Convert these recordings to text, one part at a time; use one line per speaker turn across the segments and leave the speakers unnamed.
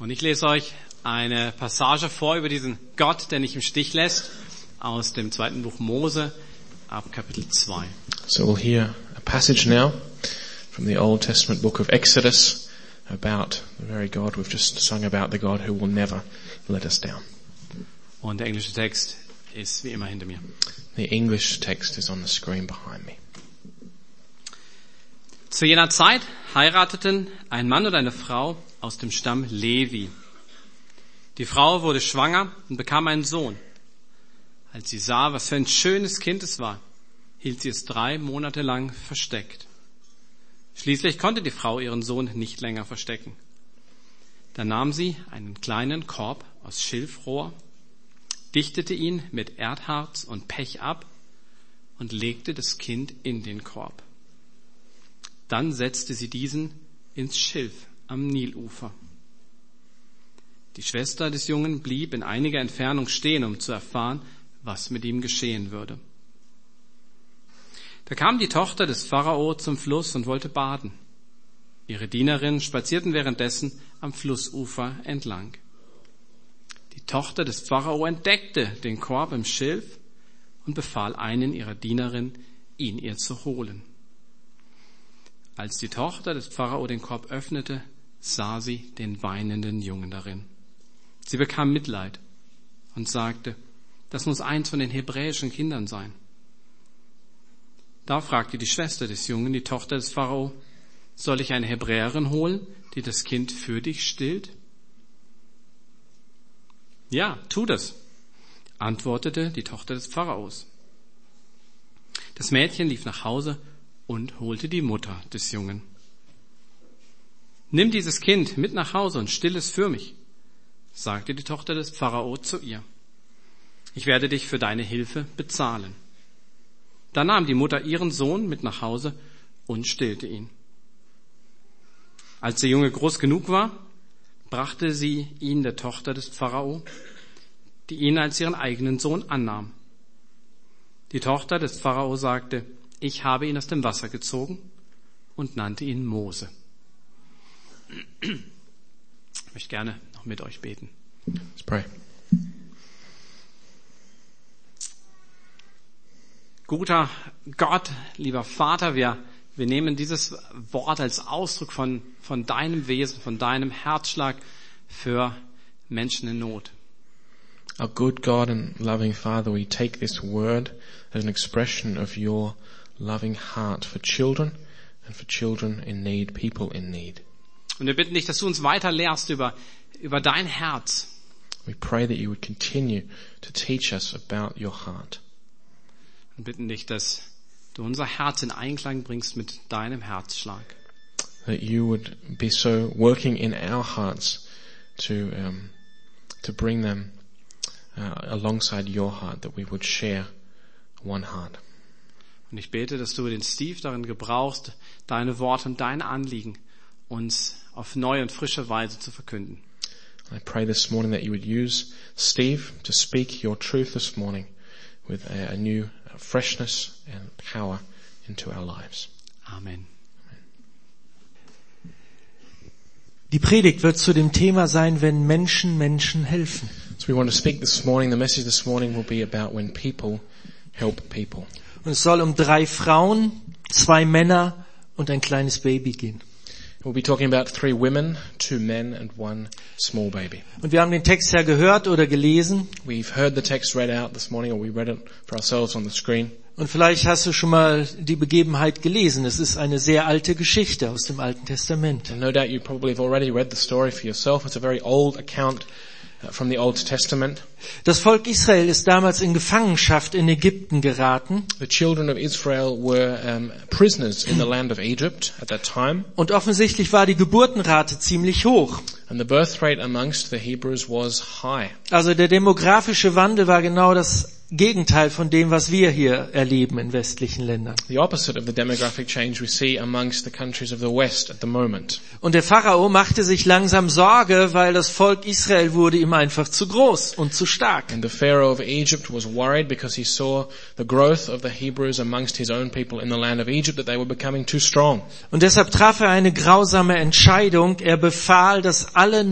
Und ich lese euch eine Passage vor über diesen Gott, der nicht im Stich lässt, aus dem zweiten Buch Mose ab Kapitel 2.
So we'll hear a passage now from the Old Testament book of Exodus about the very God we've just sung about, the God who will never let us down.
Und der englische Text ist wie immer hinter mir.
The English text is on the screen behind me.
Zu jener Zeit heirateten ein Mann und eine Frau aus dem Stamm Levi. Die Frau wurde schwanger und bekam einen Sohn. Als sie sah, was für ein schönes Kind es war, hielt sie es drei Monate lang versteckt. Schließlich konnte die Frau ihren Sohn nicht länger verstecken. Da nahm sie einen kleinen Korb aus Schilfrohr, dichtete ihn mit Erdharz und Pech ab und legte das Kind in den Korb. Dann setzte sie diesen ins Schilf am Nilufer. Die Schwester des Jungen blieb in einiger Entfernung stehen, um zu erfahren, was mit ihm geschehen würde. Da kam die Tochter des Pharao zum Fluss und wollte baden. Ihre Dienerinnen spazierten währenddessen am Flussufer entlang. Die Tochter des Pharao entdeckte den Korb im Schilf und befahl einen ihrer Dienerinnen, ihn ihr zu holen. Als die Tochter des Pharao den Korb öffnete, sah sie den weinenden Jungen darin. Sie bekam Mitleid und sagte, das muss eins von den hebräischen Kindern sein. Da fragte die Schwester des Jungen, die Tochter des Pharao, soll ich eine Hebräerin holen, die das Kind für dich stillt? Ja, tu das, antwortete die Tochter des Pharaos. Das Mädchen lief nach Hause und holte die Mutter des Jungen. Nimm dieses Kind mit nach Hause und still es für mich, sagte die Tochter des Pharao zu ihr. Ich werde dich für deine Hilfe bezahlen. Da nahm die Mutter ihren Sohn mit nach Hause und stillte ihn. Als der Junge groß genug war, brachte sie ihn der Tochter des Pharao, die ihn als ihren eigenen Sohn annahm. Die Tochter des Pharao sagte, ich habe ihn aus dem Wasser gezogen und nannte ihn Mose. Ich möchte gerne noch mit euch beten.
Let's pray.
Guter Gott, lieber Vater, wir, wir nehmen dieses Wort als Ausdruck von, von deinem Wesen, von deinem Herzschlag für Menschen in Not.
Our good God and loving Father, we take this word as an expression of your loving heart for children and for children in need, people in need.
Und wir bitten dich, dass du uns weiter lehrst über, über dein Herz.
We pray that you would continue to teach us about your heart.
Und bitten dich, dass du unser Herz in Einklang bringst mit deinem Herzschlag.
that you would be so working in our hearts to um, to bring them uh, alongside your heart, that we would share one heart.
Und ich bete, dass du den Steve darin gebrauchst, deine Worte und dein Anliegen uns auf neue und frische Weise zu verkünden.
And I pray this morning that you would use Steve to speak your truth this morning with a, a new uh, freshness and power into our lives.
Amen.
Die Predigt wird zu dem Thema sein, wenn Menschen Menschen helfen.
So we want to speak this morning. The message this morning will be about when people help people.
Und es soll um drei Frauen, zwei Männer und ein kleines Baby gehen.
We'll be talking about three women, two men, and one small baby.
Und wir haben den Text ja gehört oder gelesen.
We've heard the text read out this morning, or we read it for ourselves on the screen.
Und vielleicht hast du schon mal die Begebenheit gelesen. Es ist eine sehr alte Geschichte aus dem Alten Testament.
And no doubt you probably have already read the story for yourself. It's a very old account uh, from the Old Testament.
Das Volk Israel ist damals in Gefangenschaft in Ägypten geraten
The children of Israel were um, prisoners in the land of Egypt at that time,
und offensichtlich war die Geburtenrate ziemlich hoch.
and the birth rate amongst the Hebrews was high.
Also der demografische Wandel war genau das Gegenteil von dem, was wir hier erleben in westlichen Ländern.
The opposite of the demographic change we see amongst the countries of the West at the moment.
Und der Pharao machte sich langsam Sorge, weil das Volk Israel wurde ihm einfach zu groß und zu stark.
And the Pharaoh of Egypt was worried because he saw the growth of the Hebrews amongst his own people in the land of Egypt that they were becoming too strong.
Und deshalb traf er eine grausame Entscheidung. Er befahl, dass alle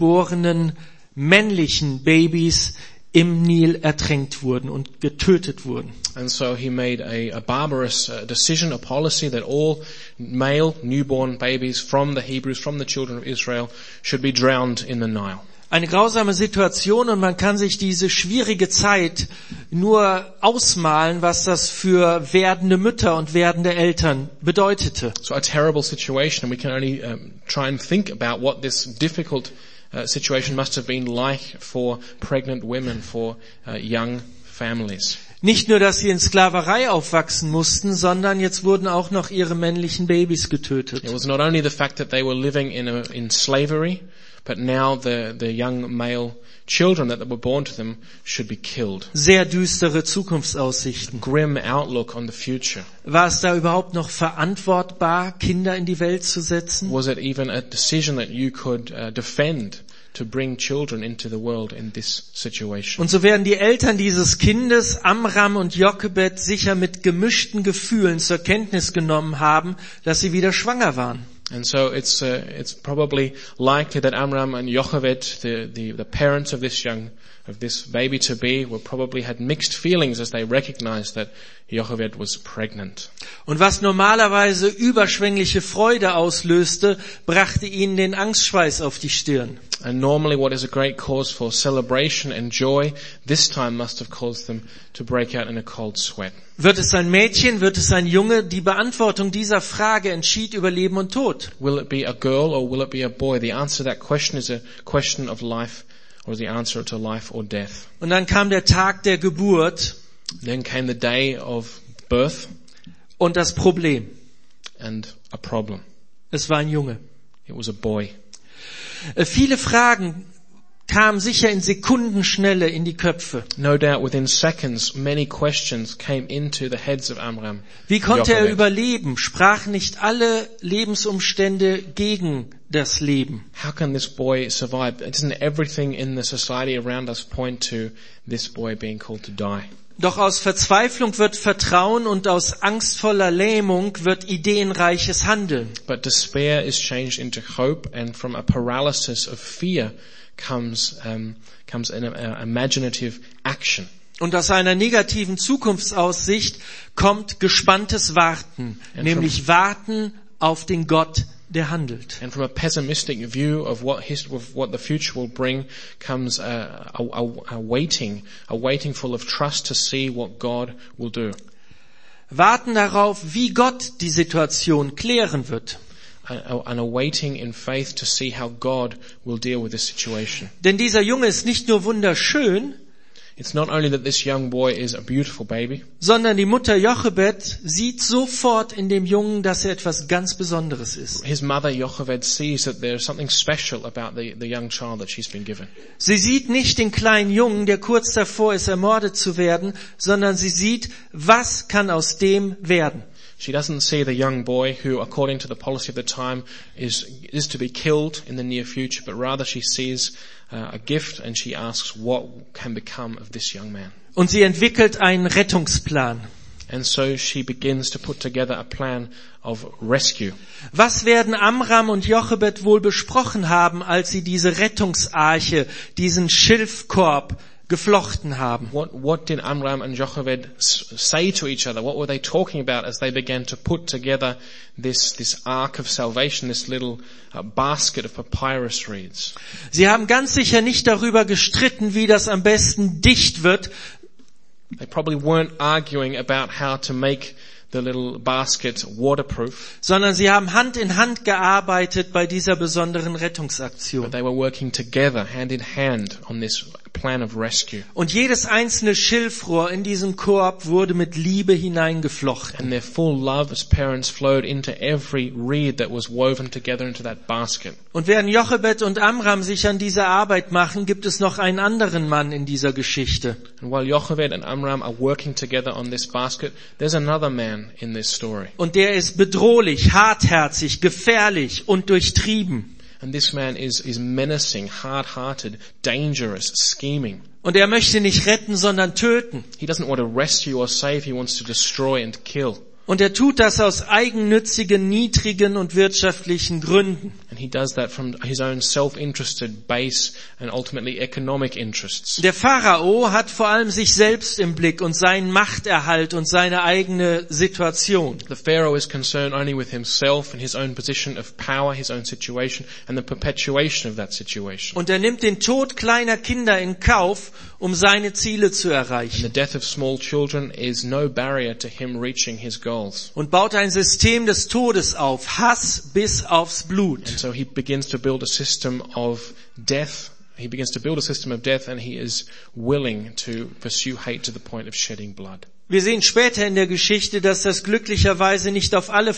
neugeborenen männlichen Babys im Nil ertränkt wurden und getötet wurden.
And so he made a, a barbarous uh, decision, a policy that all male newborn babies from the Hebrews, from the children of Israel, should be drowned in the Nile.
Eine grausame Situation und man kann sich diese schwierige Zeit nur ausmalen, was das für werdende Mütter und werdende Eltern bedeutete.
So a terrible situation, and we can only um, try and think about what this difficult uh, situation must have been like for pregnant women, for uh, young families.
Nicht nur, dass sie in Sklaverei aufwachsen mussten, sondern jetzt wurden auch noch ihre männlichen Babys
It
getötet.
was not only the fact that they were living in, a, in slavery, but now the, the young male children that were born to them should be killed.
Sehr düstere Zukunftsaussichten.
Grim outlook on the future.
War es da überhaupt noch verantwortbar, Kinder in die Welt zu setzen?
Was it even a decision that you could uh, defend to bring children into the world in this situation?
Und so werden die Eltern dieses Kindes, Amram und Jochebed, sicher mit gemischten Gefühlen zur Kenntnis genommen haben, dass sie wieder schwanger waren.
And so it's uh, it's probably likely that Amram and Jochebed, the, the, the parents of this young of this baby to be, were probably had mixed feelings as they recognized that Jochebed was pregnant.
Und was normalerweise überschwängliche Freude auslöste, brachte ihnen den Angstschweiß auf die Stirn.
And normally what is a great cause for celebration and joy, this time must have caused them to break out in a cold sweat.
Wird es ein Mädchen, wird es ein Junge? Die Beantwortung dieser Frage entschied über Leben und Tod.
Will it be a girl or will it be a boy? The answer to that question is a question of life or the answer to life or death.
Und dann kam der Tag der Geburt
Then came the day of birth
und das Problem.
and a problem.
Es war ein Junge.
It was a boy.
Äh, Viele Fragen kamen sicher in Sekundenschnelle in die Köpfe.
No doubt within seconds many questions came into the heads of Amram.
Wie konnte er
Jochebed.
überleben? Sprach nicht alle Lebensumstände gegen das Leben?
How can this boy survive? Doesn't everything in the society around us point to this boy being called to die?
Doch aus Verzweiflung wird Vertrauen und aus angstvoller Lähmung wird ideenreiches Handeln.
But despair is changed into hope, and from a paralysis of fear comes um, comes an uh, imaginative action.
Und aus einer negativen Zukunftsaussicht kommt gespanntes Warten, nämlich Warten auf den Gott, der handelt.
And from a pessimistic view of what his, of what the future will bring comes a, a, a, a waiting, a waiting full of trust to see what God will do,
Warten darauf, wie Gott die Situation klären wird.
and a, and a waiting in faith to see how God will deal with this situation.
Denn dieser Junge ist nicht nur wunderschön,
It's not only that this young boy is a beautiful baby,
sondern die Mutter Jochebed sieht sofort in dem Jungen, dass er etwas ganz Besonderes ist.
his mother Jocheved sees that there's something special about the, the young child that she's been given.
Sie sieht nicht den kleinen Jungen, der kurz davor ist, ermordet zu werden, sondern sie sieht, was kann aus dem werden.
She doesn't see the young boy who, according to the policy of the time, is, is to be killed in the near future, but rather she sees uh, a gift and she asks what can become of this young man.
Und sie entwickelt einen Rettungsplan.
And so she begins to put together a plan of rescue.
Was werden Amram und Jochebed wohl besprochen haben, als sie diese Rettungsarche, diesen Schilfkorb geflochten haben?
What, what did Amram and Jocheved s- say to each other? What were they talking about as they began to put together this, this ark of salvation, this little uh, basket of papyrus reeds?
Sie haben ganz sicher nicht darüber gestritten, wie das am besten dicht wird,
They probably weren't arguing about how to make the little basket waterproof,
sondern sie haben Hand in Hand gearbeitet bei dieser besonderen Rettungsaktion.
but they were working together, hand in hand, on this plan of rescue.
Und jedes einzelne Schilfrohr in diesem Korb wurde mit Liebe hineingeflochten.
And their full love as parents flowed into every reed that was woven together into that basket.
Und während Jochebed und Amram sich an dieser Arbeit machen, gibt es noch einen anderen Mann in dieser Geschichte.
And while Jocheved and Amram are working together on this basket, there's another man in this story.
Und der ist bedrohlich, hartherzig, gefährlich und durchtrieben.
And this man is, is menacing, hard-hearted, dangerous, scheming.
Und er möchte nicht retten, sondern töten.
He doesn't want to rescue or save, he wants to destroy and kill.
Und er tut das aus eigennützigen, niedrigen und wirtschaftlichen Gründen.
And he does that from his own self-interested base and ultimately economic interests.
Der Pharao hat vor allem sich selbst im Blick und seinen Machterhalt und seine eigene Situation.
The Pharaoh is concerned only with himself and his own position of power, his own situation, and the perpetuation of that situation.
Und er nimmt den Tod kleiner Kinder in Kauf, um seine Ziele zu
The
erreichen.
death of small children is no barrier to him reaching his goals.
Und baut ein System des Todes auf, Hass bis aufs Blut.
So he begins to build a system of death. He begins to build a system of death and he is willing to pursue hate to the point of shedding blood.
Wir sehen später in der Geschichte, dass das glücklicherweise nicht auf alle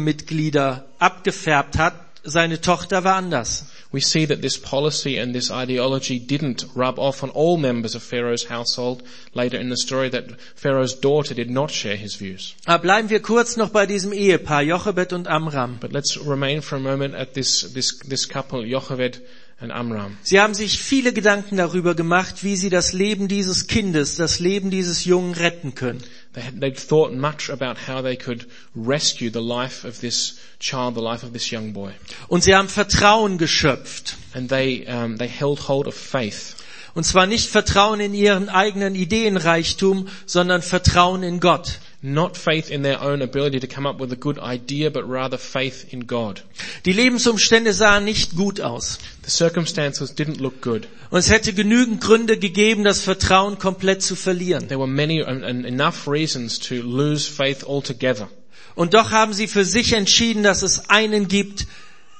Familienmitglieder abgefärbt hat. Seine Tochter war anders.
We see that this policy and this ideology didn't rub off on all members of Pharaoh's household. Later in the story that Pharaoh's daughter did not share his views.
Aber bleiben wir kurz noch bei diesem Ehepaar, Jochebed und Amram.
But let's remain for a moment at this, this, this couple, Jocheved and Amram.
Sie haben sich viele Gedanken darüber gemacht, wie sie das Leben dieses Kindes, das Leben dieses Jungen retten können.
They had, they'd thought much about how they could rescue the life of this child, the life of this young boy.
Und sie haben Vertrauen geschöpft.
And they, um, they held hold of faith.
Und zwar nicht Vertrauen in ihren eigenen Ideenreichtum, sondern Vertrauen in Gott.
Not faith in their own ability to come up with a good idea, but rather faith in God.
Die Lebensumstände sahen nicht gut aus.
The circumstances didn't look good.
Und es hätte genügend Gründe gegeben, das Vertrauen komplett zu verlieren.
There were many and, and enough reasons to lose faith altogether.
Und doch haben sie für sich entschieden, dass es einen gibt,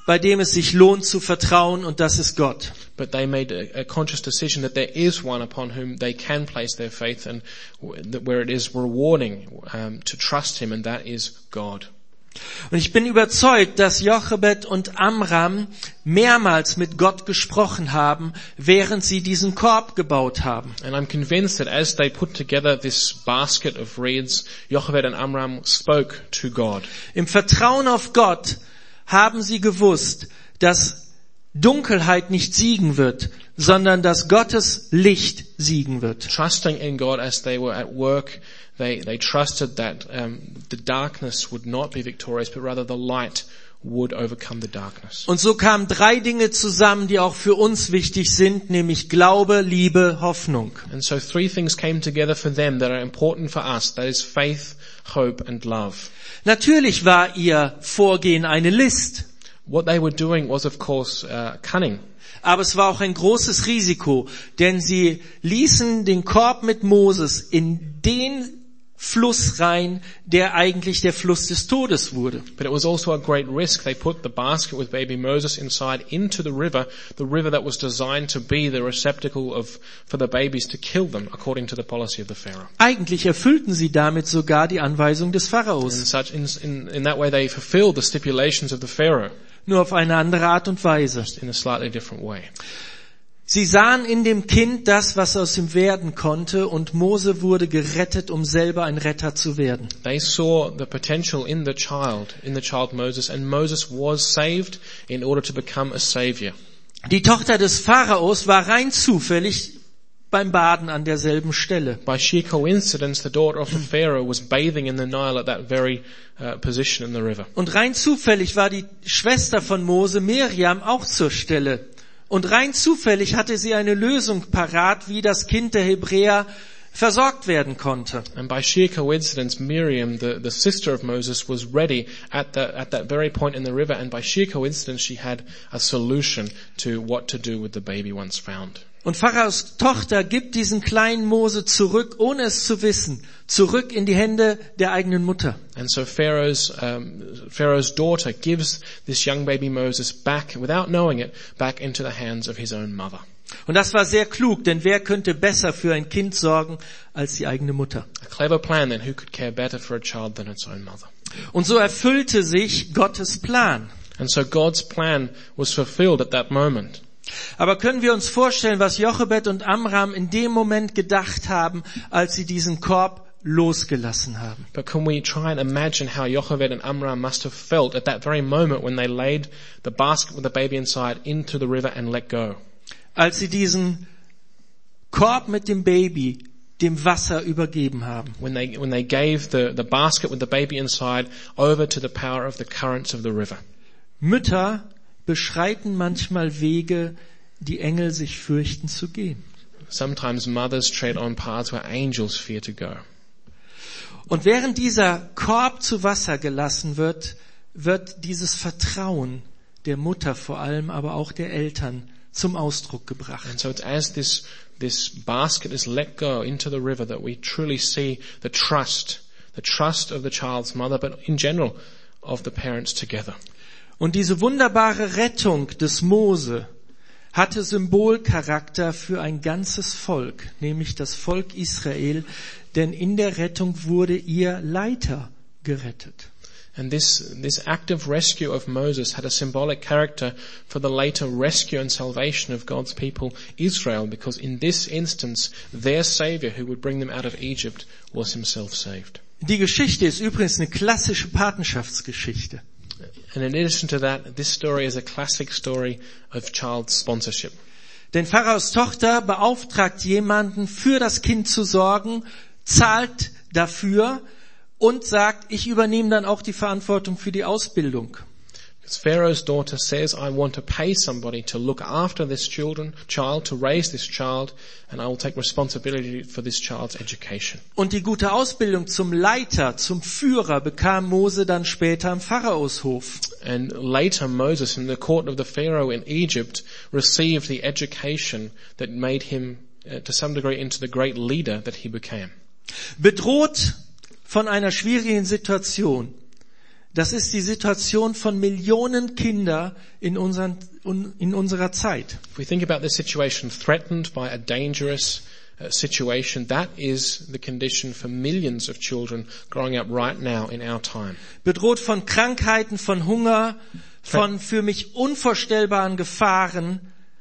bei dem es sich lohnt zu vertrauen, und das ist Gott.
But they made a, a conscious decision that there is one upon whom they can place their faith and w- that where it is rewarding um, to trust him and that is God.
Und ich bin überzeugt, dass Jochebed und Amram mehrmals mit Gott gesprochen haben, während sie diesen Korb gebaut haben.
And I'm convinced that as they put together this basket of reeds, Jochebed and Amram spoke to God.
Im Vertrauen auf Gott haben sie gewusst, dass Dunkelheit nicht siegen wird, sondern dass Gottes Licht siegen wird.
Trusting in God as they were at work, they, they trusted that um, the darkness would not be victorious, but rather the light would overcome the darkness.
Und so kamen drei Dinge zusammen, die auch für uns wichtig sind, nämlich Glaube, Liebe, Hoffnung.
And so three things came together for them that are important for us. That is faith, hope and love.
Natürlich war ihr Vorgehen eine List.
What they were doing was of course uh, cunning.
Aber es war auch ein großes Risiko, denn sie ließen den Korb mit Moses in den Fluss rein, der eigentlich der Fluss des Todes wurde.
But it was also a great risk. They put the basket with baby Moses inside into the river, the river that was designed to be the receptacle of, for the babies to kill them according to the policy of the Pharaoh.
Eigentlich erfüllten sie damit sogar die Anweisung des
In
Pharaos,
such, in, in, in that way they fulfilled the stipulations of the Pharaoh
nur auf eine andere Art und Weise.
in a slightly different way.
Sie sahen in dem Kind das, was aus ihm werden konnte, und Mose wurde gerettet, um selber ein Retter zu werden.
They saw the potential in the child, in the child Moses, and Moses was saved in order to become a savior.
Die Tochter des Pharaos war rein zufällig beim Baden an derselben Stelle.
By sheer coincidence, the daughter of the Pharaoh was bathing in the Nile at that very uh, position in the river.
Und rein zufällig war die Schwester von Mose, Miriam, auch zur Stelle. Und rein zufällig hatte sie eine Lösung parat, wie das Kind der Hebräer versorgt werden konnte.
And by sheer coincidence, Miriam, the, the sister of Moses, was ready at, the, at that very point in the river, and by sheer coincidence, she had a solution to what to do with the baby once found.
Und Pharaos Tochter gibt diesen kleinen Mose zurück, ohne es zu wissen, zurück in die Hände der eigenen Mutter.
And so Pharaoh's, um, Pharaoh's daughter gives this young baby Moses back, without knowing it, back into the hands of his own mother.
Und das war sehr klug, denn wer könnte besser für ein Kind sorgen als die eigene Mutter?
A clever plan then, who could care better for a child than its own mother?
Und so erfüllte sich Gottes Plan.
And so God's plan was fulfilled at that moment.
Aber können wir uns vorstellen, was Jochebed und Amram in dem Moment gedacht haben, als sie diesen Korb losgelassen haben?
But can we try and imagine how Jochebed and Amram must have felt at that very moment when they laid the basket with the baby inside into the river and let go?
Als sie diesen Korb mit dem Baby dem Wasser übergeben haben.
When they, when they gave the, the basket with the baby inside over to the power of the currents of the river.
Mütter beschreiten manchmal Wege, die Engel sich fürchten zu gehen.
Sometimes mothers tread on paths where angels fear to go.
Und während dieser Korb zu Wasser gelassen wird, wird dieses Vertrauen der Mutter vor allem, aber auch der Eltern zum Ausdruck gebracht.
And so it's as this, this basket is let go into the river that we truly see the trust, the trust of the child's mother, but in general of the parents together.
Und diese wunderbare Rettung des Mose hatte Symbolcharakter für ein ganzes Volk, nämlich das Volk Israel, denn in der Rettung wurde ihr Leiter gerettet.
And this, this act of rescue of Moses had a symbolic character for the later rescue and salvation of God's people, Israel, because in this instance, their savior who would bring them out of Egypt was himself saved.
Die Geschichte ist übrigens eine klassische Patenschaftsgeschichte.
And in addition to that, this story is a classic story of child sponsorship.
Denn Pharaos Tochter beauftragt jemanden, für das Kind zu sorgen, zahlt dafür und sagt, ich übernehme dann auch die Verantwortung für die Ausbildung.
Because Pharaoh's daughter says, I want to pay somebody to look after this children, child, to raise this child, and I will take responsibility for this child's education.
Und die gute Ausbildung zum Leiter, zum Führer bekam Mose dann später am Pharaoshof.
And later Moses in the court of the Pharaoh in Egypt received the education that made him uh, to some degree into the great leader that he became.
Bedroht von einer schwierigen Situation. Das ist die Situation von Millionen Kinder in, unseren, un- in unserer Zeit.
If we think about this situation threatened by a dangerous uh, situation, that is the condition for millions of children growing up right now in our time.
Bedroht von Krankheiten, von Hunger, von für mich unvorstellbaren Gefahren,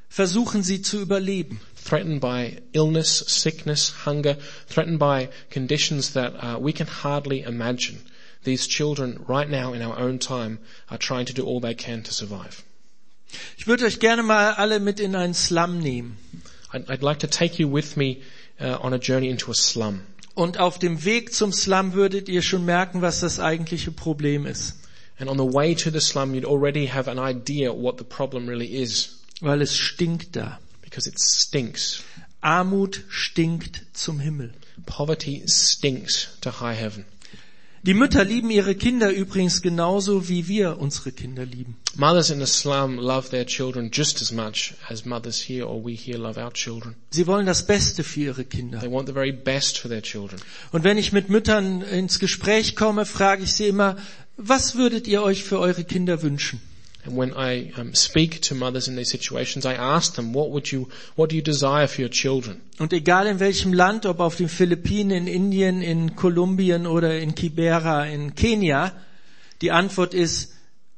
versuchen sie zu überleben.
Threatened by illness, sickness, hunger, threatened by conditions that uh, we can hardly imagine. These children right now in our own time are trying to do all they can to survive.
Ich würde euch gerne mal alle mit in einen Slum nehmen.
I'd, I'd like to take you with me uh, on a journey into a slum.
Und auf dem Weg zum Slum würdet ihr schon merken, was das eigentliche Problem ist.
And on the way to the slum, you'd already have an idea what the problem really is
Weil es stinkt da.
because it stinks.
Armut stinkt zum Himmel.
Poverty stinks to high heaven.
Die Mütter lieben ihre Kinder übrigens genauso, wie wir unsere Kinder lieben.
Mothers in the slum love their children just as much as mothers here or we here love our children.
Sie wollen das Beste für ihre Kinder.
They want the very best for their children.
Und wenn ich mit Müttern ins Gespräch komme, frage ich sie immer, was würdet ihr euch für eure Kinder wünschen?
And when I um, speak to mothers in these situations, I ask them, what would you, what do you desire for your children?
Und egal in welchem Land, ob auf den Philippinen, in Indien, in Kolumbien oder in Kibera, in Kenia, die Antwort ist,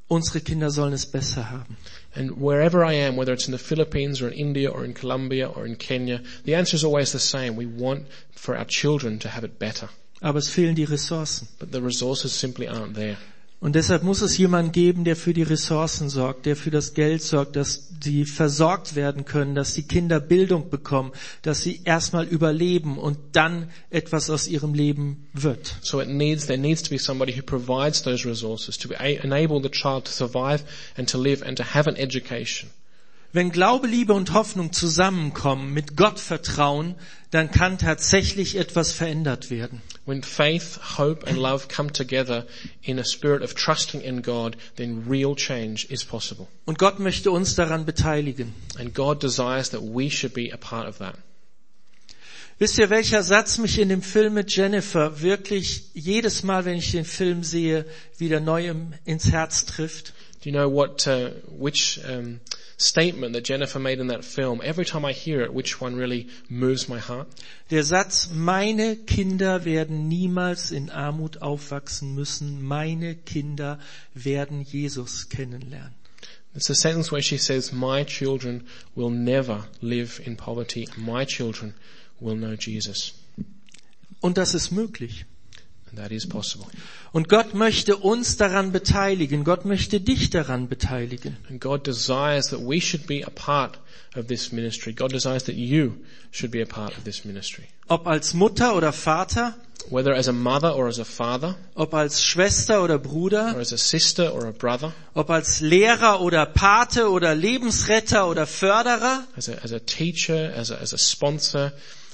unsere Kinder sollen es besser haben.
And wherever I am, whether it's in the Philippines or in India or in Colombia or in Kenya, the answer is always the same. We want for our children to have it better.
Aber es fehlen die Ressourcen.
But the resources simply aren't there.
Und deshalb muss es jemanden geben, der für die Ressourcen sorgt, der für das Geld sorgt, dass sie versorgt werden können, dass die Kinder Bildung bekommen, dass sie erstmal überleben und dann etwas aus ihrem Leben wird.
So it needs, there needs to be somebody who provides those resources to be a- enable the child to survive and to live and to have an education.
Wenn Glaube, Liebe und Hoffnung zusammenkommen mit Gottvertrauen, dann kann tatsächlich etwas verändert werden.
When faith, hope and love come together in a spirit of trusting in God, then real change is possible.
Und Gott möchte uns daran beteiligen.
And God desires that we should be a part of that.
Wisst ihr, welcher Satz mich in dem Film mit Jennifer wirklich jedes Mal, wenn ich den Film sehe, wieder neu im, ins Herz trifft?
Do you know what, uh, which um, statement that Jennifer made in that film? Every time I hear it, which one really moves my heart?
Der Satz, meine Kinder werden niemals in Armut aufwachsen müssen, meine Kinder werden Jesus kennenlernen.
It's a sentence where she says, "My children will never live in poverty. My children will know Jesus."
Und das ist möglich.
And that is possible.
Und Gott möchte uns daran beteiligen. Gott möchte dich daran beteiligen.
And God desires that we should be a part of this ministry. God desires that you should be a part of this ministry.
Ob als Mutter oder Vater,
Whether as a mother or as a father,
ob als Schwester oder
or
Bruder,
as a sister or a brother,
ob als Lehrer oder Pate oder Lebensretter oder Förderer,
as a, as a teacher, as a, as a sponsor,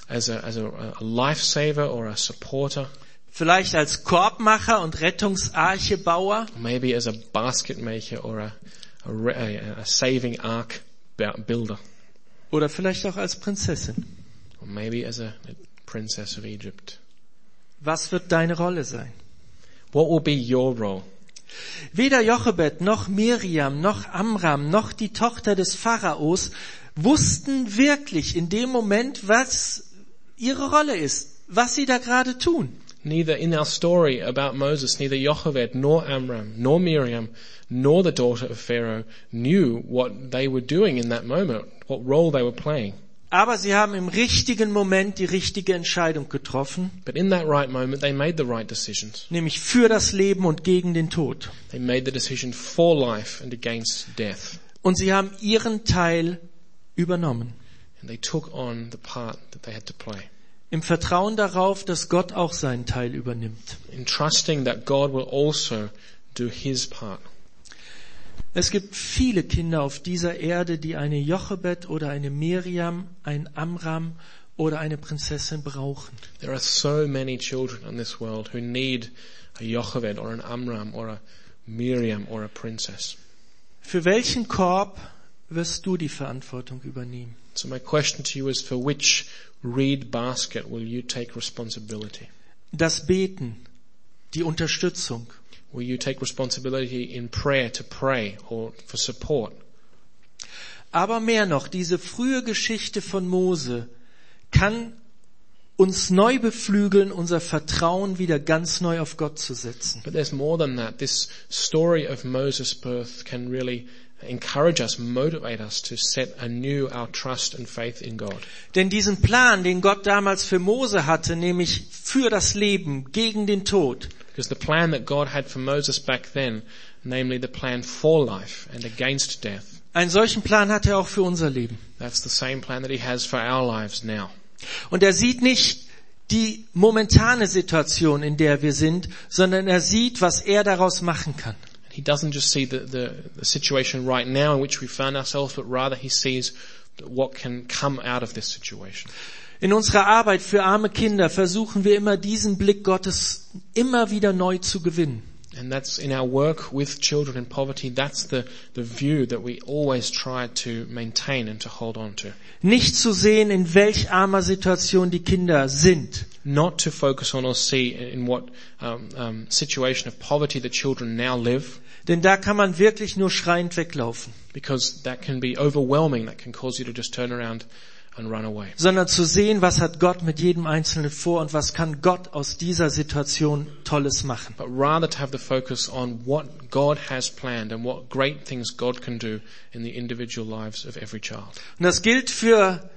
as a, as a, a lifesaver or a supporter,
vielleicht als Korbmacher und Rettungsarchebauer,
maybe as a basket maker or a, a, re- a, a saving ark bu- builder,
Oder vielleicht auch als Prinzessin.
or maybe as a, a princess of Egypt.
Was wird deine Rolle sein?
What will be your role?
Weder Jochebed noch Miriam noch Amram noch die Tochter des Pharaos wussten wirklich in dem Moment, was ihre Rolle ist, was sie da gerade tun.
Neither in our story about Moses, neither Jochebed nor Amram nor Miriam nor the daughter of Pharaoh knew what they were doing in that moment, what role they were playing.
Aber sie haben im richtigen Moment die richtige Entscheidung getroffen,
But in that right moment, they made the right decisions.
nämlich für das Leben und gegen den Tod.
They made the decision for life and against death.
Und sie haben ihren Teil übernommen.
And they took on the part that they had to play.
Im Vertrauen darauf, dass Gott auch seinen Teil übernimmt.
In trusting that God will also do his part.
Es gibt viele Kinder auf dieser Erde, die eine Jochebed oder eine Miriam, ein Amram oder eine Prinzessin brauchen.
There are so many children in this world who need a Jochebed or an Amram or a Miriam or a princess.
Für welchen Korb wirst du die Verantwortung übernehmen?
So my question to you is for which reed basket will you take responsibility?
Das Beten, die Unterstützung,
Will you take responsibility in prayer to pray or for support?
aber mehr noch, diese frühe Geschichte von Mose kann uns neu beflügeln, unser Vertrauen wieder ganz neu auf Gott zu setzen.
But there's more than that. This story of Moses' birth can really encourage us, motivate us to set anew our trust and faith in God.
Denn diesen Plan, den Gott damals für Mose hatte, nämlich für das Leben, gegen den Tod,
Because the plan that God had for Moses back then, namely the plan for life and against death,
Einen solchen Plan hat er auch für unser Leben.
that's the same plan that he has for our lives now.
Und er sieht nicht die momentane Situation, in der wir sind, sondern er sieht, was er daraus machen kann.
He doesn't just see the, the, the situation right now in which we found ourselves, but rather he sees what can come out of this situation.
In unserer Arbeit für arme Kinder versuchen wir immer diesen Blick Gottes immer wieder neu zu gewinnen.
And that's in our work with children in poverty, that's the, the view that we always try to maintain and to hold on to.
Nicht zu sehen, in welch armer Situation die Kinder sind,
Not to focus on or see in what um, um, situation of poverty the children now live,
denn da kann man wirklich nur schreiend weglaufen,
because that can be overwhelming, that can cause you to just turn around and run away.
sondern zu sehen, was hat Gott mit jedem Einzelnen vor und was kann Gott aus dieser Situation Tolles machen.
But rather to have the focus on what God has planned and what great things God can do in the individual lives of every child.
Und das gilt für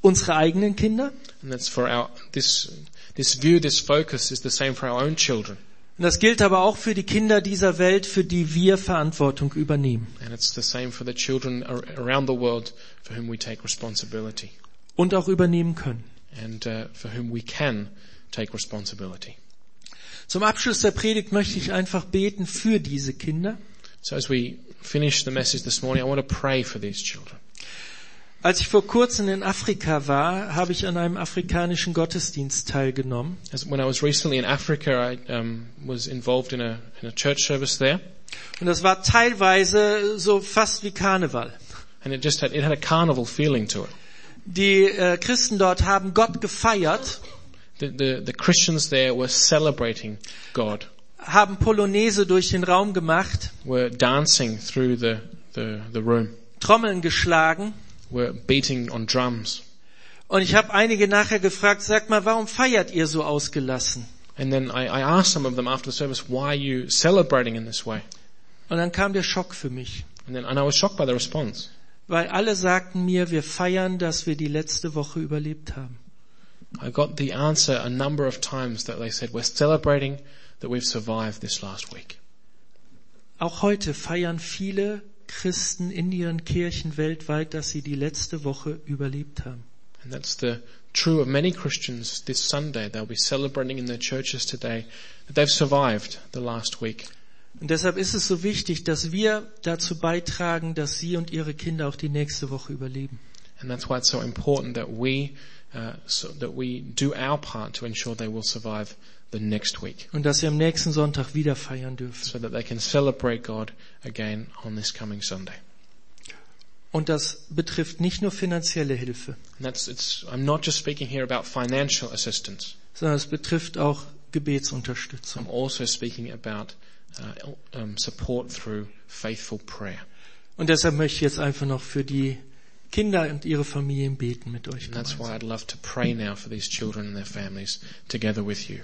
unsere eigenen Kinder.
And that's for our, this, this view, this focus is the same for our own children.
Und das gilt aber auch für die Kinder dieser Welt, für die wir Verantwortung übernehmen.
And it's the same for the children ar- around the world for whom we take responsibility
Und auch übernehmen können.
and uh, for whom we can take responsibility.
Zum Abschluss der Predigt möchte ich einfach beten für diese Kinder.
So as we finish the message this morning, I want to pray for these children.
Als ich vor kurzem in Afrika war, habe ich an einem afrikanischen Gottesdienst teilgenommen.
As when I was recently in Africa, I um, was involved in a, in a church service there,
Und das war teilweise so fast wie Karneval.
and it just had, it had a carnival feeling to it.
Die äh, Christen dort haben Gott gefeiert,
The, the, the Christians there were celebrating God,
haben Polonaise durch den Raum gemacht,
were dancing through the, the, the room,
Trommeln geschlagen.
were beating on drums.
Und ich habe einige nachher gefragt, sag mal, warum feiert ihr so ausgelassen?
And then I, I asked some of them after the service, why are you celebrating in this way?
Und dann kam der Schock für mich,
And then, and I was shocked by the response.
weil alle sagten mir, wir feiern, dass wir die letzte Woche überlebt haben.
I got the answer a number of times that they said, we're celebrating that we've survived this last week.
Auch heute feiern viele Christen in ihren Kirchen weltweit, dass sie die letzte Woche überlebt haben.
And that's the true of many Christians this Sunday. They'll be celebrating in their churches today that they've survived the last week.
Und deshalb ist es so wichtig, dass wir dazu beitragen, dass Sie und Ihre Kinder auch die nächste Woche überleben.
And that's why it's so important that we, uh, so that we do our part to ensure they will survive the next week
Und dass Sie am nächsten Sonntag wieder feiern dürfen.
so that they can celebrate God again on this coming Sunday.
Und das betrifft nicht nur finanzielle Hilfe,
And that's, it's, I'm not just speaking here about financial assistance.
sondern es betrifft auch Gebetsunterstützung.
I'm also speaking about uh, um, support through faithful prayer.
Und deshalb möchte ich jetzt einfach noch für die Kinder und ihre Familien beten mit euch.
And that's
gemeinsam.
why I'd love to pray now for these children and their families together with you.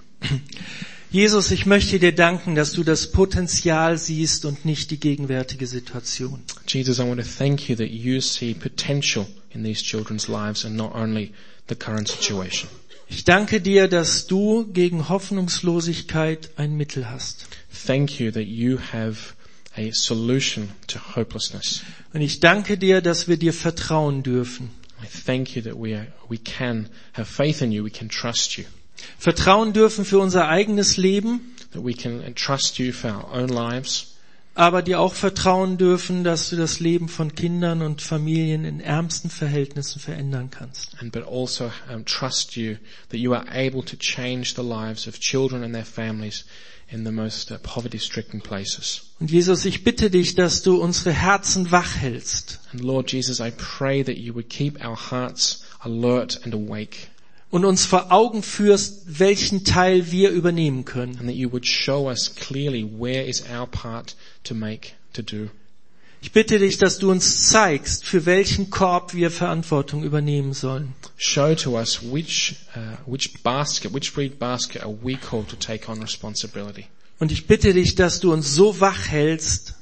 Jesus, ich möchte dir danken, dass du das Potenzial siehst und nicht die gegenwärtige Situation.
Jesus, I want to thank you that you see potential in these children's lives and not only the current situation.
Ich danke dir, dass du gegen Hoffnungslosigkeit ein Mittel hast.
Thank you that you have a solution to hopelessness.
Und ich danke dir, dass wir dir vertrauen dürfen.
I thank you that we are, we can have faith in you. We can trust you.
Vertrauen dürfen für unser eigenes Leben,
That we can trust you for our own lives,
aber dir auch vertrauen dürfen, dass du das Leben von Kindern und Familien in ärmsten Verhältnissen verändern kannst.
and but also um, trust you that you are able to change the lives of children and their families in the most uh, poverty-stricken places.
Und Jesus, ich bitte dich, dass du unsere Herzen wach hältst
And Lord Jesus, I pray that you would keep our hearts alert and awake
und uns vor Augen führst, welchen Teil wir übernehmen können.
and that you would show us clearly where is our part to make, to do.
Ich bitte dich, dass du uns zeigst, für welchen Korb wir Verantwortung übernehmen sollen.
Show to us which, uh, which basket, which breed basket are we called to take on responsibility.
Und ich bitte dich, dass du uns so wach hältst,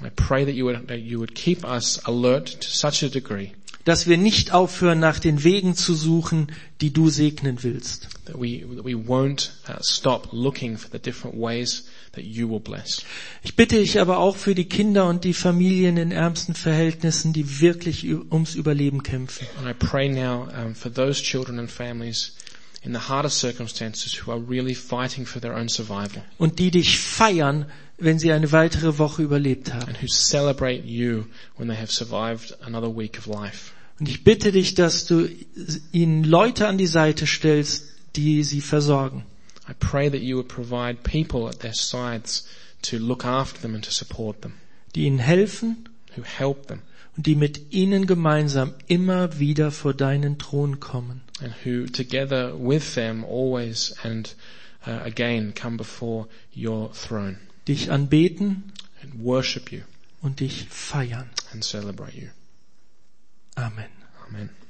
And I pray that you would, that you would keep us alert to such a degree
dass wir nicht aufhören, nach den Wegen zu suchen, die du segnen willst.
that we, that we won't uh, stop looking for the different ways that you will bless.
Ich bitte dich aber auch für die Kinder und die Familien in ärmsten Verhältnissen, die wirklich ü- ums Überleben kämpfen.
And I pray now um, for those children and families in the hardest circumstances who are really fighting for their own survival
und die dich feiern, wenn sie eine weitere Woche überlebt haben.
and who celebrate you when they have survived another week of life.
Und ich bitte dich, dass du ihnen Leute an die Seite stellst, die sie versorgen.
I pray that you would provide people at their sides to look after them and to support them,
Die ihnen helfen
who help them
und die mit ihnen gemeinsam immer wieder vor deinen Thron kommen.
and who together with them always and uh, again come before your throne
Dich anbeten
and worship you
und dich feiern.
and celebrate you.
Amen.
Amen.